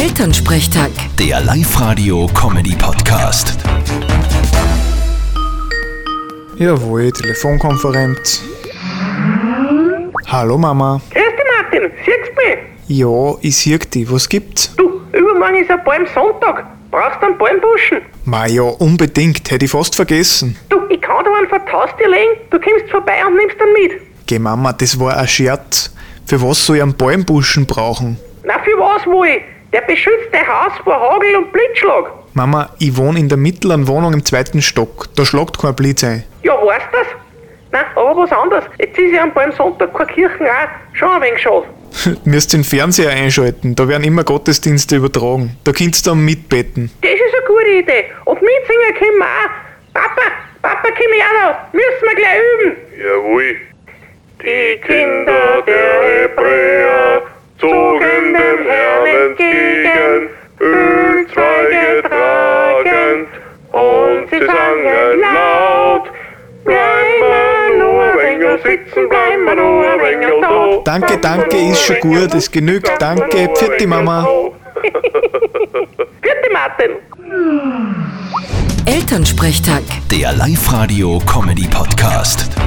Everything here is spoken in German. Elternsprechtag. Der Live-Radio-Comedy-Podcast. Jawohl, Telefonkonferenz. Hallo Mama. Grüß dich, Martin. Siehst du mich? Ja, ich sieg dich. Was gibt's? Du, übermorgen ist ein Palmsonntag. Brauchst einen Palmbuschen? Ma ja, unbedingt. Hätte ich fast vergessen. Du, ich kann dir einen vor die Haustür legen. Du kommst vorbei und nimmst ihn mit. Geh Mama, das war ein Scherz. Für was soll ich einen Bäumbuschen brauchen? Na, für was wohl? Der beschützt dein Haus vor Hagel und Blitzschlag. Mama, ich wohne in der mittleren Wohnung im zweiten Stock. Da schlagt kein Blitz ein. Ja, weißt das? Na, aber was anderes. Jetzt ist ja am Palmsonntag keine Kirchen auch schon ein wenig schade. Müsst den Fernseher einschalten. Da werden immer Gottesdienste übertragen. Da könnt's dann mitbeten. Das ist eine gute Idee. Und mitsingen können wir auch. Papa, Papa, komm her da. Müssen wir gleich üben. Jawohl. Die Kinder der Hebräer zogen dem Herrn entgegen, Ölzweige tragend, und sie sangen laut, Bleiben wir nur ein wenig sitzen, bleiben wir nur ein wenig da. Danke, danke, ist schon gut. Es genügt. Danke. Pfiat die Mama. Vierte Martin. Elternsprechtag. Der Live-Radio-Comedy-Podcast.